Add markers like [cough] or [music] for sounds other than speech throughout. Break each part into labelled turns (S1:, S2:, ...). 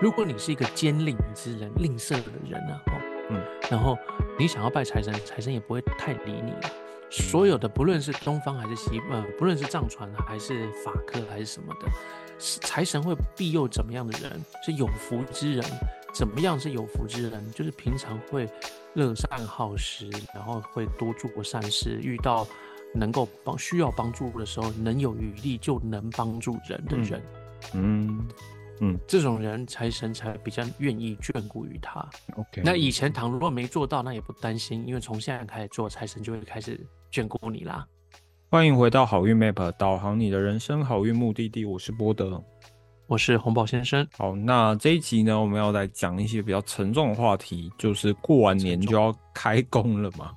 S1: 如果你是一个奸佞之人、吝啬的人啊，哦，
S2: 嗯，
S1: 然后你想要拜财神，财神也不会太理你了。所有的不论是东方还是西，呃，不论是藏传还是法科还是什么的，是财神会庇佑怎么样的人？是有福之人，怎么样是有福之人？就是平常会乐善好施，然后会多做善事，遇到能够帮需要帮助的时候，能有余力就能帮助人的
S2: 嗯
S1: 人。
S2: 嗯
S1: 这种人财神才比较愿意眷顾于他。
S2: ，OK，
S1: 那以前倘若没做到，那也不担心，因为从现在开始做，财神就会开始眷顾你啦。
S2: 欢迎回到好运 Map，导航你的人生好运目的地，我是波德。
S1: 我是红宝先生，
S2: 好，那这一集呢，我们要来讲一些比较沉重的话题，就是过完年就要开工了嘛，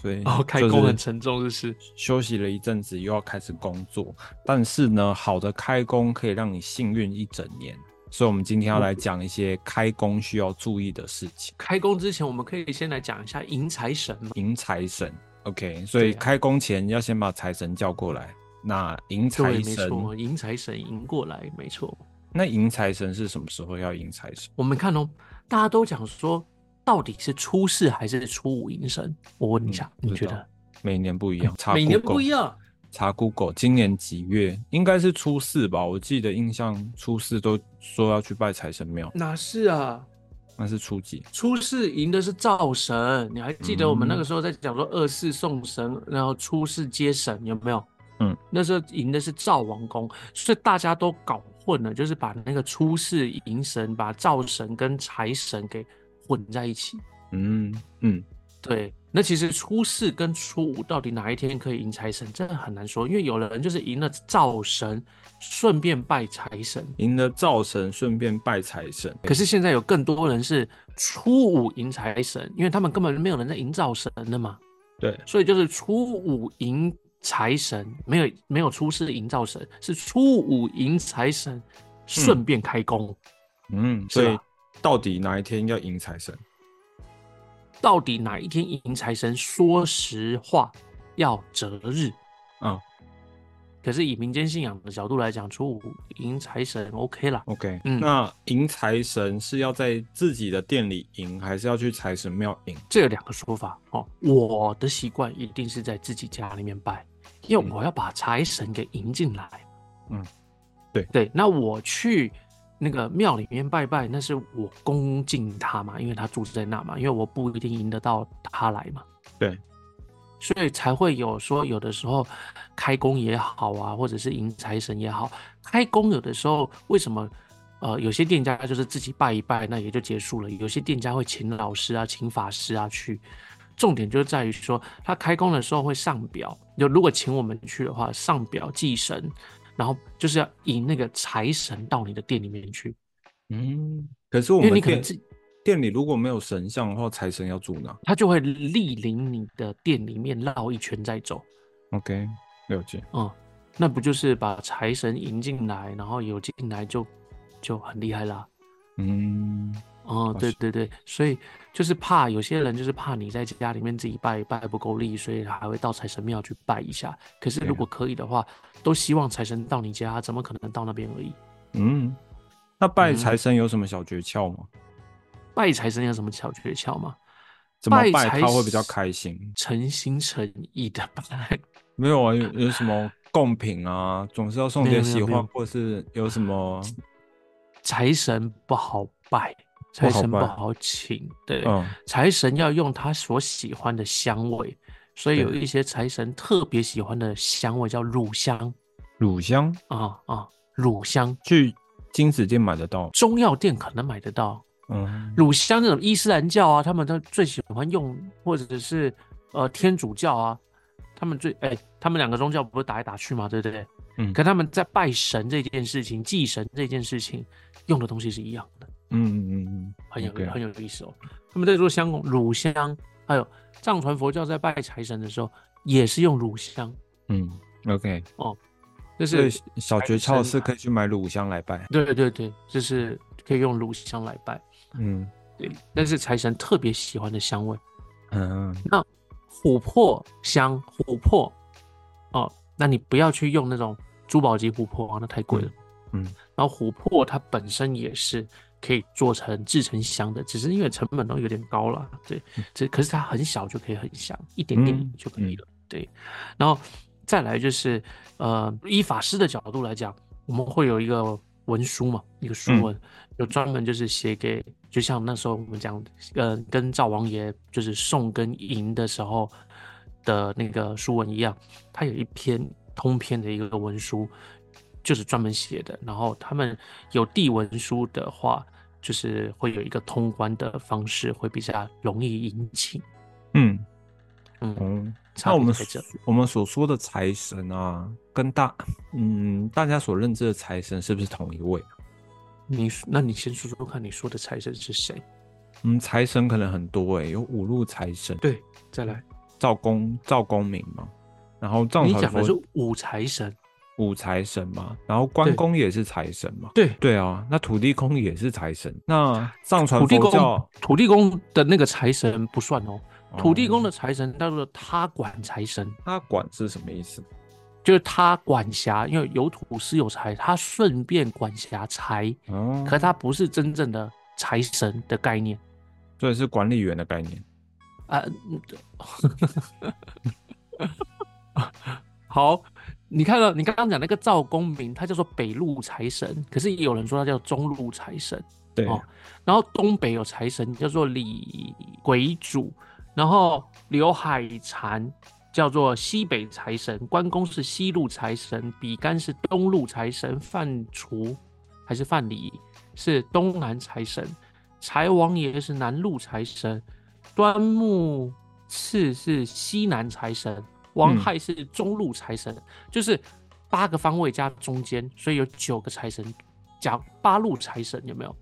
S2: 所以
S1: 哦，开
S2: 就是
S1: 工很沉重，就是
S2: 休息了一阵子，又要开始工作。但是呢，好的开工可以让你幸运一整年，所以我们今天要来讲一些开工需要注意的事情。
S1: 开工之前，我们可以先来讲一下迎财神嘛。
S2: 迎财神，OK，所以
S1: 对啊
S2: 开工前要先把财神叫过来。那迎
S1: 对，
S2: 财
S1: 没
S2: 神，
S1: 错，迎财神迎过来，没错。
S2: 那迎财神是什么时候要迎财神？
S1: 我们看哦，大家都讲说，到底是初四还是初五迎神？我问一下，你
S2: 嗯
S1: 觉
S2: 不知
S1: 得？
S2: 每年不一样，查
S1: 每年
S2: Google
S1: 不一样。
S2: 查 Google，今年几月？应该是初四吧？我记得印象初四都说要去拜财神庙，
S1: 哪是啊？
S2: 那是初几？
S1: 初四迎的是灶神，你还记得我们那
S2: 嗯
S1: 个时候在讲说二四送神，然后初四接神，有没有？
S2: 嗯，
S1: 那时候迎的是灶王公，所以大家都搞混了，就是把那个初四迎神，把灶神跟财神给混在一起。
S2: 嗯嗯，
S1: 对，那其实初四跟初五到底哪一天可以迎财神，真的很难说，因为有的人就是迎了灶神，顺便拜财神。
S2: 迎了灶神，顺便拜财神。
S1: 可是现在有更多人是初五迎财神，因为他们根本没有人在迎灶神的嘛，
S2: 对，
S1: 所以就是初五迎财神，没有没有初四迎灶神，是初五迎财神，顺便开工。
S2: 嗯，
S1: 是吧
S2: 所以到底哪一天要迎财神？
S1: 到底哪一天迎财神？说实话，要择日。
S2: 嗯
S1: 可是以民间信仰的角度来讲，初五迎财神 OK 啦。
S2: ，OK，
S1: 嗯
S2: 那迎财神是要在自己的店里迎，还是要去财神庙迎？
S1: 这有两个说法哦。我的习惯一定是在自己家里面拜，因为
S2: 嗯
S1: 我要把财神给迎进来。
S2: 嗯，对
S1: 对，那我去那个庙里面拜拜，那是我恭敬他嘛，因为他住在那嘛，因为我不一定迎得到他来嘛。
S2: 对，
S1: 所以才会有说，有的时候开工也好啊，或者是迎财神也好，开工有的时候为什么？呃，有些店家就是自己拜一拜，那也就结束了。有些店家会请老师啊、请法师啊去。重点就在于说，他开工的时候会上表，就如果请我们去的话，上表祭神，然后就是要引那个财神到你的店里面去，
S2: 嗯，可是我
S1: 因为
S2: 们
S1: 你可能
S2: 店
S1: 自
S2: 店里如果没有神像的话，财神要住哪
S1: 他就会莅临你的店里面绕一圈再走。
S2: ？OK，了解。
S1: 嗯，那不就是把财神迎进来，然后有进来就就很厉害啦。
S2: 嗯，
S1: 哦，对
S2: 是
S1: 对对，所以就是怕有些人就是怕你在家里面自己拜拜不够力，所以还会到财神庙去拜一下。可是
S2: 对
S1: 如
S2: 啊
S1: 果可以的话，都希望财神到你家，怎么可能到那边而已？
S2: 嗯，那拜
S1: 嗯
S2: 财神有什么小诀窍吗？
S1: 拜财神有什么小诀窍吗？
S2: 怎么
S1: 拜
S2: 拜
S1: 财
S2: 他会比较
S1: 神
S2: 开心？
S1: 诚心诚意的拜，
S2: 没有啊，有有什么贡品啊，总是要送
S1: 没有
S2: 点
S1: 没有
S2: 喜
S1: 没有
S2: 欢，或是有什么
S1: 财神不好拜，财
S2: 不好
S1: 神不
S2: 拜
S1: 好请，对，
S2: 嗯
S1: 财神要用他所喜欢的香味，所以
S2: 对
S1: 有一些财神特别喜欢的香味叫乳香
S2: 乳香
S1: 啊啊，乳香。
S2: 去金子店买得到？
S1: 中药店可能买得到
S2: 嗯，
S1: 乳香那种伊斯兰教啊，他们都最喜欢用，或者是呃天主教啊，他们最哎、他们两个宗教不是打来打去嘛，对不对？
S2: 嗯
S1: 可他们在拜神这件事情、祭神这件事情用的东西是一样的。
S2: 嗯嗯嗯，
S1: 很有
S2: OK
S1: 很有意思哦。他们在做香供乳香，还有藏传佛教在拜财神的时候也是用乳香，
S2: 嗯嗯，OK，
S1: 就
S2: 所以
S1: 是
S2: 小
S1: 财
S2: 诀窍
S1: 神
S2: 是
S1: 啊
S2: 可以去买乳香来拜。
S1: 对对对，就是可以用乳香来拜。
S2: 嗯
S1: 对，但是财神特别喜欢的香味，
S2: 嗯嗯
S1: 琥珀香，琥珀哦，那你不要去用那种珠宝级琥珀啊，那太贵了。
S2: 嗯嗯
S1: 然后琥珀它本身也是可以做成制成香的，只是因为成本都有点高了，对，这可是它很小就可以很香，一点点
S2: 嗯
S1: 就可以了，对。然后再来就是，呃，依法师的角度来讲，我们会有一个文书嘛，一个书
S2: 嗯
S1: 文，有专门就是写给，就像那时候我们讲，呃，跟赵王爷就是送跟迎的时候的那个书文一样，它有一篇通篇的一个文书，就是专门写的。然后他们有地文书的话，就是会有一个通关的方式，会比较容易引请。
S2: 嗯
S1: 嗯，
S2: 嗯，
S1: 差
S2: 那我
S1: 别
S2: 们
S1: 在这
S2: 所我们所说的财神啊，跟大嗯大家所认知的财神是不是同一位啊？
S1: 你说那你先说说看，你说的财神是谁？
S2: 嗯，财神可能很多诶、有五路财神，
S1: 对，再来，
S2: 赵公赵公明嘛，然后藏
S1: 你
S2: 传
S1: 讲的
S2: 佛
S1: 是五财神，
S2: 五财神嘛，然后关
S1: 对
S2: 公也是财神嘛，
S1: 对，
S2: 对啊，那土地公也是财神，
S1: [laughs]
S2: 那藏传
S1: 土地
S2: 佛教
S1: 公，土地公的那个财神不算哦，土地公
S2: 哦
S1: 的财神叫做他管财神，
S2: 他管是什么意思？
S1: 就是他管辖，因为有土是有财，他顺便管辖财，
S2: 哦，
S1: 可他不是真正的财神的概念
S2: 所以是管理员的概念。
S1: 啊。 [laughs] 嗯好，你看到你刚刚讲那个赵公明，他叫做北路财神，可是也有人说他叫中路财神。
S2: 对，
S1: 哦然后东北有财神叫做李鬼主，然后刘海禅叫做西北财神，关公是西路财神，比干是东路财神，范厨还是范蠡是东南财神，柴王爷是南路财神，端木赐是西南财神，王
S2: 嗯
S1: 亥是中路财神，就是八个方位加中间，所以有九个财神，讲八路财神有没有？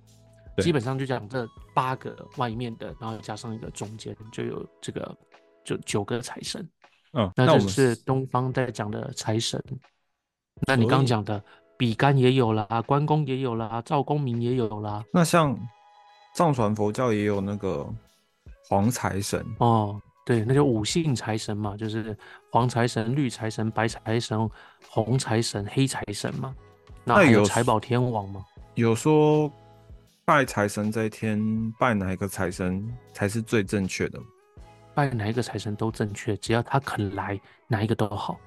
S2: 对
S1: 基本上就讲这八个外面的，然后加上一个中间，就有这个就九个财神。
S2: 嗯，
S1: 那
S2: 那我
S1: 这
S2: 们
S1: 是东方在讲的财神。那你
S2: 所
S1: 刚
S2: 以
S1: 讲的比干也有啦，关公也有啦，赵公明也有啦。
S2: 那像藏传佛教也有那个黄财神，
S1: 哦，对，那就五姓财神嘛，就是黄财神、绿财神、白财神、红财神、黑财神嘛。那
S2: 那
S1: 还有
S2: 有
S1: 财宝天王嘛？
S2: 有说拜财神这一天拜哪一个财神才是最正确的？
S1: 拜哪一个财神都正确，只要他肯来，哪一个都好。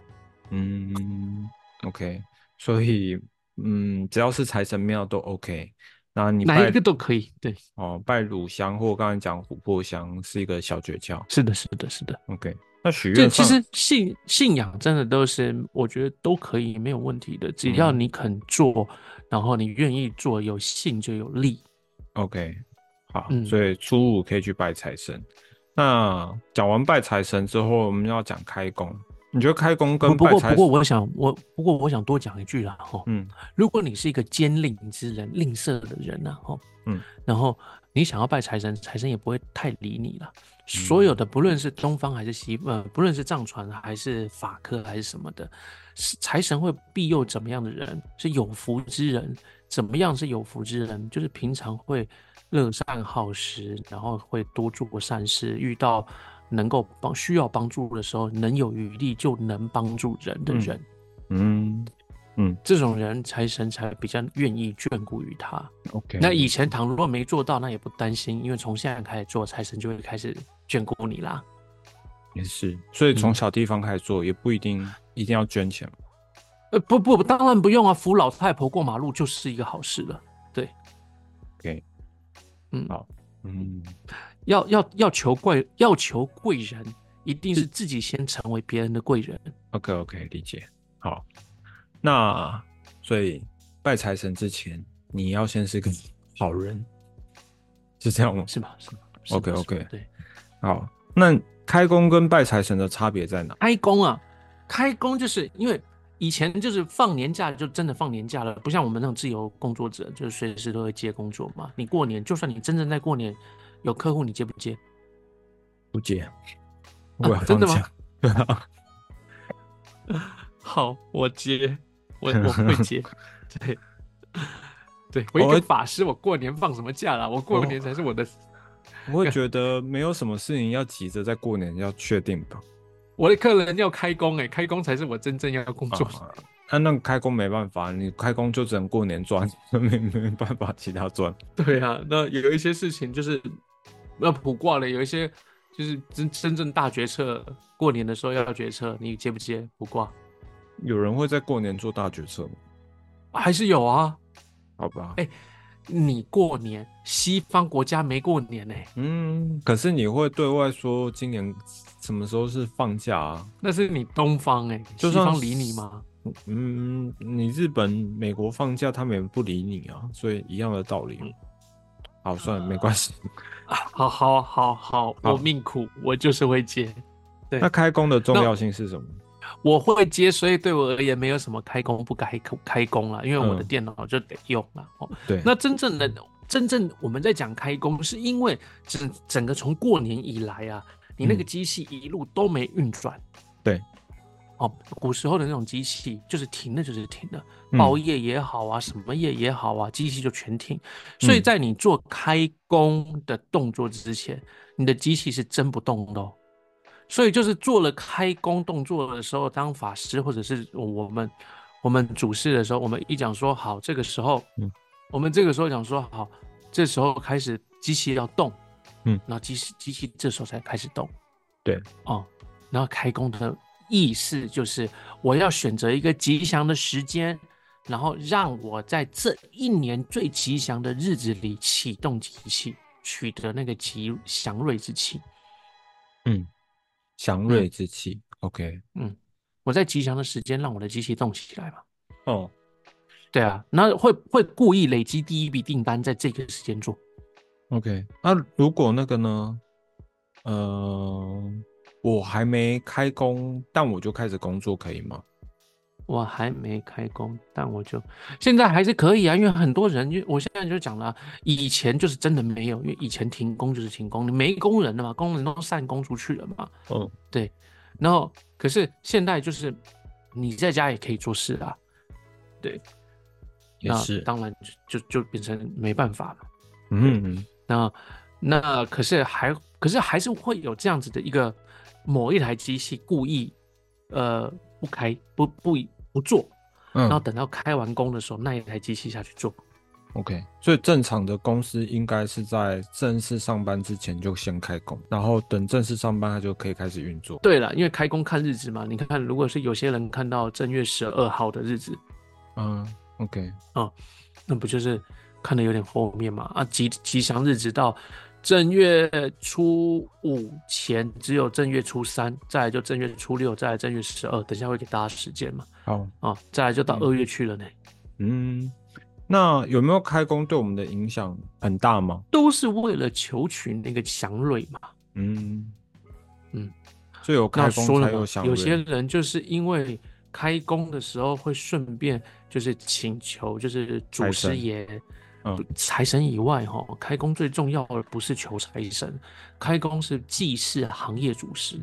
S2: 嗯，OK，所以嗯，只要是财神庙都 OK。那你
S1: 哪
S2: 拜
S1: 一个都可以。对，
S2: 哦，拜乳香或刚才讲琥珀香是一个小诀窍。
S1: 是的，是的，是的。
S2: OK，那许
S1: 这
S2: 愿
S1: 其
S2: 放
S1: 实信信仰真的都是，我觉得都可以，没有问题的。只要
S2: 嗯
S1: 你肯做，然后你愿意做，有信就有力。
S2: OK，好，
S1: 嗯
S2: 所以初五可以去拜财神。那讲完拜财神之后，我们要讲开工。你觉得开工
S1: 不
S2: 跟
S1: 不
S2: 拜
S1: 过
S2: 财
S1: 不过，
S2: 神？
S1: 我想我不过我想多讲一句啦，哈、
S2: 嗯
S1: 如果你是一个奸佞之人、吝啬的人呐、啊，吼，
S2: 嗯，
S1: 然后你想要拜财神，财神也不会太理你了。所有的不论是东方还是西，呃，不论是藏传还是法科还是什么的，是财神会庇佑怎么样的人？是有福之人，怎么样是有福之人？就是平常会乐善好施，然后会多做善事，遇到能够帮需要帮助的时候，能有余力就能帮助人的
S2: 嗯
S1: 人。
S2: 嗯
S1: 这种人财神才比较愿意眷顾于他。
S2: ，OK。
S1: 那以前倘若没做到，那也不担心，因为从现在开始做，财神就会开始眷顾你啦。
S2: 也是，所以从
S1: 嗯
S2: 小地方开始做，也不一定一定要捐钱嘛。
S1: 呃，不不，不当然不用啊，扶老太婆过马路就是一个好事了。
S2: OK，
S1: 嗯
S2: 好，嗯，
S1: 要要要求贵，要求贵人，一定是自己先成为别人的贵人。
S2: OK OK，理解。好，那所以拜财神之前，你要先是个好人，是这样吗？
S1: 是吧？是吧是吧
S2: OK，OK
S1: 是吧对，
S2: 好，那开工跟拜财神的差别在哪？
S1: 开工啊，开工就是因为以前就是放年假就真的放年假了，不像我们那种自由工作者，就是随时都会接工作嘛。你过年，就算你真正在过年，有客户你接不接？
S2: 不接，我要
S1: 啊真的
S2: 放假。
S1: 吗好，我接，我我会接，对。对我一
S2: 我
S1: 个法师，我过年放什么假啦？我过年才是我的，
S2: [laughs] 我会觉得没有什么事情要急着在过年要确定吧。
S1: 欸我的客人要开工哎、开工才是我真正要工作。
S2: 啊那、那个开工没办法，你开工就只能过年赚， [laughs] 没没办法其他赚。
S1: [laughs] 对啊，那有一些事情就是那卜卦了，有一些就是真真正大决策，过年的时候要决策，你接不接卜卦？
S2: 有人会在过年做大决策吗？
S1: 还是有啊。
S2: 好吧，
S1: 哎你过年，西方国家没过年呢、
S2: 嗯，可是你会对外说今年什么时候是放假啊？
S1: 那是你东方哎、
S2: 就
S1: 西
S2: 算
S1: 方理你吗？
S2: 嗯，你日本、美国放假，他们也不理你啊，所以一样的道理。好，算了，没关系。
S1: 嗯啊，好好好好，
S2: 好
S1: 我命苦，我就是会接，对
S2: [laughs] 那开工的重要性是什么？
S1: 我会接，所以对我而言没有什么开工不开开工了，因为我的
S2: 嗯
S1: 电脑就得用了。哦，
S2: 对，
S1: 那真正的真正我们在讲开工，是因为整整个从过年以来啊，你那个
S2: 嗯
S1: 机器一路都没运转。
S2: 对。
S1: 哦，古时候的那种机器就是停了就是停了，
S2: 嗯
S1: 报业也好啊，什么业也好啊，机器就全停。所以
S2: 嗯
S1: 在你做开工的动作之前，你的机器是真不动的、哦。所以就是做了开工动作的时候，当法师或者是我们我们主事的时候，我们一讲说好，这个时候，
S2: 嗯
S1: 我们这个时候讲说好，这时候开始机器要动，
S2: 嗯
S1: 然后机器机器这时候才开始动，
S2: 对，
S1: 哦，然后开工的意思就是我要选择一个吉祥的时间，然后让我在这一年最吉祥的日子里启动机器，取得那个吉祥瑞之气。
S2: 嗯，祥瑞之气。OK，
S1: 我在吉祥的时间让我的机器动起来嘛。
S2: 哦，
S1: 对啊，那会会故意累积第一笔订单在这个时间做。
S2: OK，那、如果那个呢？呃，我还没开工，但我就开始工作，可以吗？
S1: 我还没开工，但我就现在还是可以啊，因为很多人，因为我现在就讲了啊、以前就是真的没有，因为以前停工就是停工，你没工人了嘛，工人都散工出去了嘛，
S2: 嗯，
S1: 然后可是现在就是你在家也可以做事啊，
S2: 也
S1: 那
S2: 是。
S1: 当然就就就变成没办法嘛。
S2: 嗯，
S1: 那那可是还可是还是会有这样子的一个某一台机器故意呃不开不不不做，
S2: 嗯
S1: 然后等到开完工的时候，那一台机器下去做。
S2: OK，所以正常的公司应该是在正式上班之前就先开工，然后等正式上班，它就可以开始运作。
S1: 对了，因为开工看日子嘛，你看，如果是有些人看到正月十二号的日子，
S2: 嗯，OK，
S1: 那不就是看的有点后面嘛？啊，吉吉祥日子到正月初五前，只有正月初三，再来就正月初六，再来正月十二。等一下会给大家时间嘛？
S2: 好，
S1: 啊，再来就到
S2: 嗯
S1: 二月去了呢，
S2: 嗯，那有没有开工对我们的影响很大吗？
S1: 都是为了求取那个祥瑞嘛。
S2: 嗯
S1: 嗯，
S2: 所以有
S1: 那
S2: 开
S1: 说
S2: 工
S1: 了
S2: 才
S1: 嘛
S2: 有想
S1: 有些人就是因为开工的时候会顺便就是请求，就是祖
S2: 财
S1: 师
S2: 神
S1: 爷
S2: 嗯。
S1: 财神以外，哈，开工最重要的不是求财神，开工是祭祀行业主师。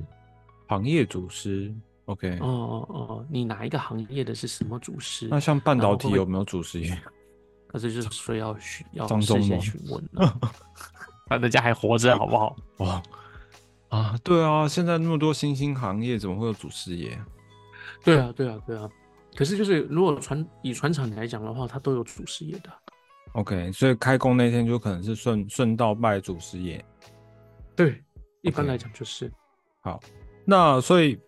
S2: 行业祖师。OK，、
S1: 哦哦哦，你哪一个行业的是什么主师？
S2: 那像半
S1: 然后
S2: 导
S1: 会
S2: 体
S1: 不会
S2: 有没有祖
S1: [laughs]
S2: 师爷？
S1: 可是就是说要询要
S2: 张
S1: 事
S2: 忠
S1: 先
S2: 谋
S1: 询问
S2: [laughs]
S1: 了，那人家还活着好不好？
S2: 哇啊，对啊，现在那么多新兴行业，怎么会有祖师爷？
S1: 对啊，对啊，对啊。可是就是如果传以传产来讲的话，它都有主师爷的。啊
S2: OK，所以开工那天就可能是顺顺道拜祖师爷。
S1: 对，一般
S2: OK
S1: 来讲就是
S2: 好，那所以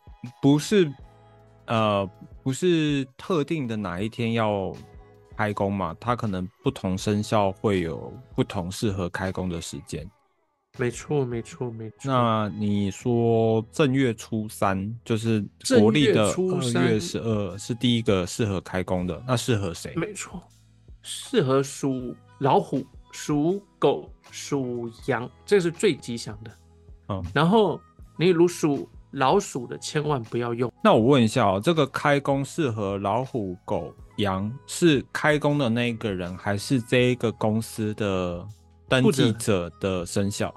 S2: 不是呃不是特定的哪一天要开工嘛？它可能不同生肖会有不同适合开工的时间。
S1: 没错，没错，没错。
S2: 那你说正月初三就是
S1: 正
S2: 国历
S1: 月
S2: 的
S1: 初
S2: 二月
S1: 三
S2: 十二是第一个适合开工的，那适合谁？
S1: 没错，适合属老虎、属狗、属羊，这是最吉祥的。
S2: 嗯，
S1: 然后你如属老鼠的，千万不要用。
S2: 那我问一下哦，这个开工适合老虎、狗、羊，是开工的那一个人，还是这一个公司的登
S1: 负责
S2: 记
S1: 人
S2: 者的生肖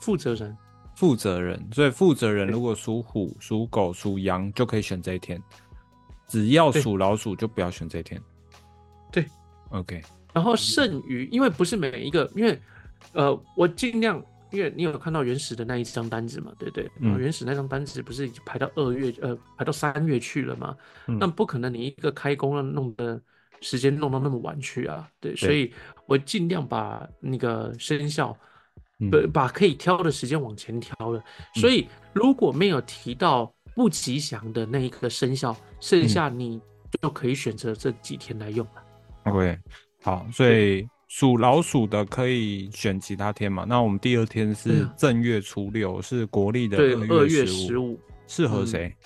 S1: 负责人
S2: 负责人？所以负责人
S1: 对
S2: 如果属虎、属狗、属羊，就可以选这一天；只要
S1: 对
S2: 属老鼠，就不要选这一天。
S1: 对
S2: ，OK，
S1: 然后剩余，因为不是每一个，因为呃，我尽量因为你有看到原始的那一张单子嘛，对不对？
S2: 嗯
S1: 然后原始那张单子不是已经排到二月，呃，排到三月去了嘛？
S2: 嗯
S1: 那不可能你一个开工了弄的时间弄到那么晚去啊，对，所以我尽量把那个生效，
S2: 嗯
S1: 不把可以挑的时间往前挑了。所以如果没有提到不吉祥的那一个生肖，
S2: 嗯
S1: 剩下你就可以选择这几天来用了。
S2: OK，好，所以属老鼠的可以选其他天嘛？那我们第二天
S1: 对
S2: 是
S1: 啊
S2: 正月初六，是国历的
S1: 对，二
S2: 月
S1: 月
S2: 十
S1: 十
S2: 五，
S1: 五
S2: 适合
S1: 嗯
S2: 谁？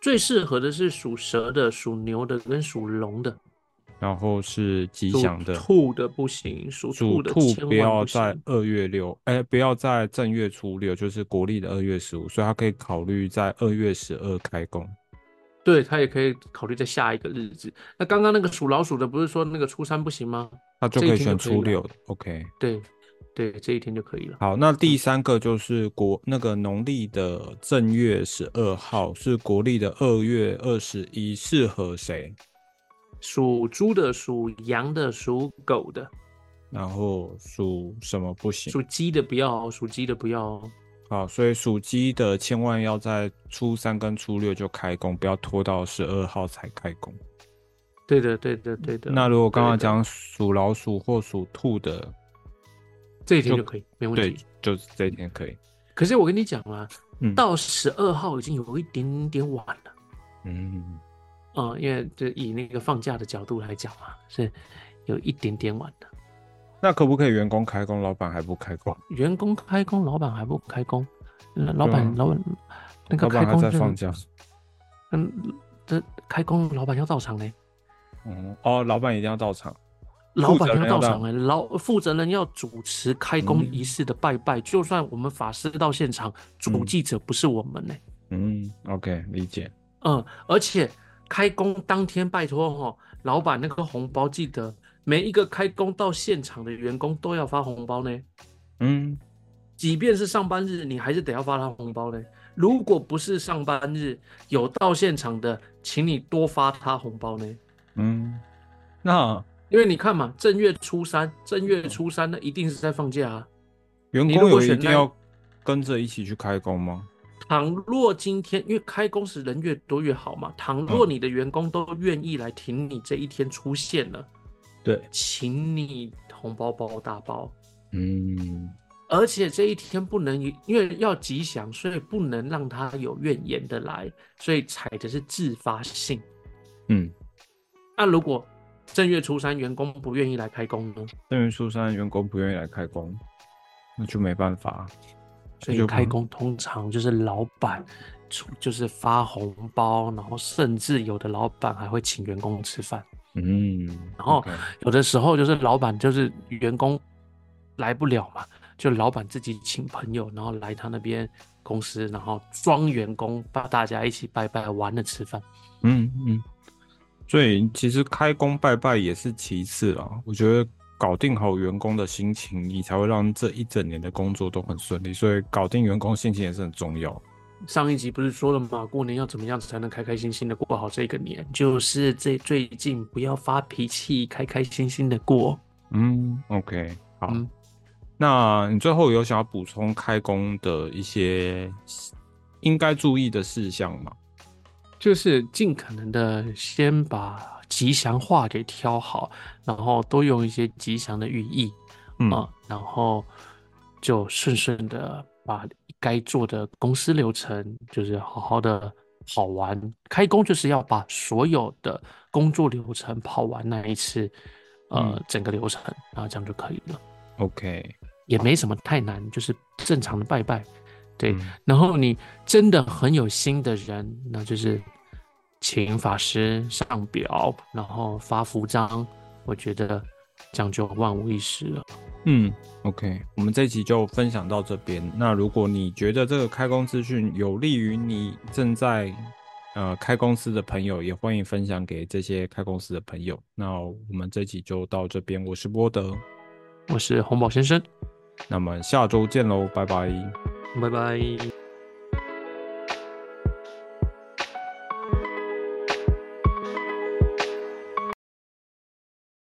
S1: 最适合的是属蛇的、属牛的跟属龙的。
S2: 然后是吉
S1: 属
S2: 祥的，
S1: 兔的不行，属兔
S2: 属
S1: 的
S2: 兔
S1: 千
S2: 不
S1: 万
S2: 要
S1: 不
S2: 在
S1: 行。
S2: 二月六，哎，不要在正月初六，就是国历的二月十五，所以它可以考虑在二月十二开工。
S1: 对他也可以考虑在下一个日子。那刚刚那个属老鼠的，不是说那个初三不行吗？
S2: 它就
S1: 这一
S2: 可以
S1: 天
S2: 选
S1: 就可以
S2: 初
S1: 了
S2: 六，OK。
S1: 对，对，这一天就可以了。
S2: 好，那第三个就是国那个农历的正月十二号，是国历的二月二十一，适合谁？
S1: 属猪的、属羊的、属狗的、
S2: 然后属什么不行？
S1: 属鸡的不要哦，属鸡的不要哦。
S2: 好，所以属鸡的千万要在初三跟初六就开工，不要拖到十二号才开工。
S1: 对的，对的，对的。
S2: 那如果刚刚
S1: 对的
S2: 讲属老鼠或属兔的，
S1: 这一天
S2: 就
S1: 就可以，没问
S2: 对
S1: 题。，
S2: 就是这一天可以。
S1: 可是我跟你讲啊
S2: 嗯，
S1: 到十二号已经有一点点晚了。
S2: 嗯，
S1: 嗯，因为这以那个放假的角度来讲嘛，是有一点点晚的。
S2: 那可不可以员工开工，老板还不开工？
S1: 员工开工，老板还不开工，老老
S2: 对啊
S1: 板老板那个
S2: 老
S1: 开
S2: 板还
S1: 工
S2: 在
S1: 就
S2: 放假。
S1: 嗯，这开工老板要到场嘞，
S2: 嗯，哦，老板一定要到场。
S1: 老
S2: 负责
S1: 板要
S2: 人
S1: 到
S2: 要到
S1: 场嘞，老负责人要主持开工
S2: 嗯
S1: 仪式的拜拜，就算我们法师到现场，主
S2: 嗯
S1: 祭者不是我们嘞，
S2: 嗯，OK，理解。
S1: 嗯，而且开工当天拜托哦，老板那个红包记得每一个开工到现场的员工都要发红包呢。
S2: 嗯，
S1: 即便是上班日，你还是得要发他红包嘞。如果不是上班日，有到现场的，请你多发他红包呢。
S2: 嗯，那
S1: 因为你看嘛，正月初三，正月初三那一定是在放假啊。
S2: 员
S1: 你
S2: 工
S1: 如果
S2: 有一
S1: 选
S2: 定
S1: 那
S2: 要跟着一起去开工吗？
S1: 倘若今天因为开工时人越多越好嘛，倘若你的员工都愿意来挺你这一天出现了，
S2: 对，
S1: 请你红包包大包。
S2: 嗯，
S1: 而且这一天不能因为要吉祥，所以不能让他有怨言的来，所以采的是自发性。
S2: 嗯，
S1: 那如果正月初三员工不愿意来开工呢？
S2: 正月初三员工不愿意来开工，那就没办法。啊
S1: 所
S2: 就
S1: 以
S2: 不
S1: 开工通常就是老板出就是发红包，然后甚至有的老板还会请员工吃饭，
S2: 嗯，
S1: 然后
S2: OK
S1: 有的时候就是老板就是员工来不了嘛，就老板自己请朋友，然后来他那边公司，然后装员工，把大家一起拜拜，完了吃饭。
S2: 嗯嗯，所以其实开工拜拜也是其次啦。我觉得搞定好员工的心情，你才会让这一整年的工作都很顺利。所以搞定员工心情也是很重要。
S1: 上一集不是说了吗？过年要怎么样才能开开心心的过好这个年？就是这最近不要发脾气，开开心心的过。
S2: 嗯，OK，好。
S1: 嗯
S2: 那你最后有想要补充开工的一些应该注意的事项吗？
S1: 就是尽可能的先把吉祥话给挑好，然后多用一些吉祥的寓意
S2: 嗯
S1: 啊、然后就顺顺的把该做的公司流程，就是好好的跑完。开工就是要把所有的工作流程跑完那一次，呃，
S2: 嗯
S1: 整个流程，然后这样就可以了。
S2: ，OK，
S1: 也没什么太难，就是正常的拜拜。对，
S2: 嗯
S1: 然后你真的很有心的人，那就是请法师上表，然后发符章，我觉得这样就万无一失了。
S2: 嗯，OK，我们这一集就分享到这边。那如果你觉得这个开工资讯有利于你正在呃开公司的朋友，也欢迎分享给这些开公司的朋友。那我们这集就到这边，我是波德，
S1: 我是红宝先生，
S2: 那么下周见喽，拜拜。
S1: 拜拜。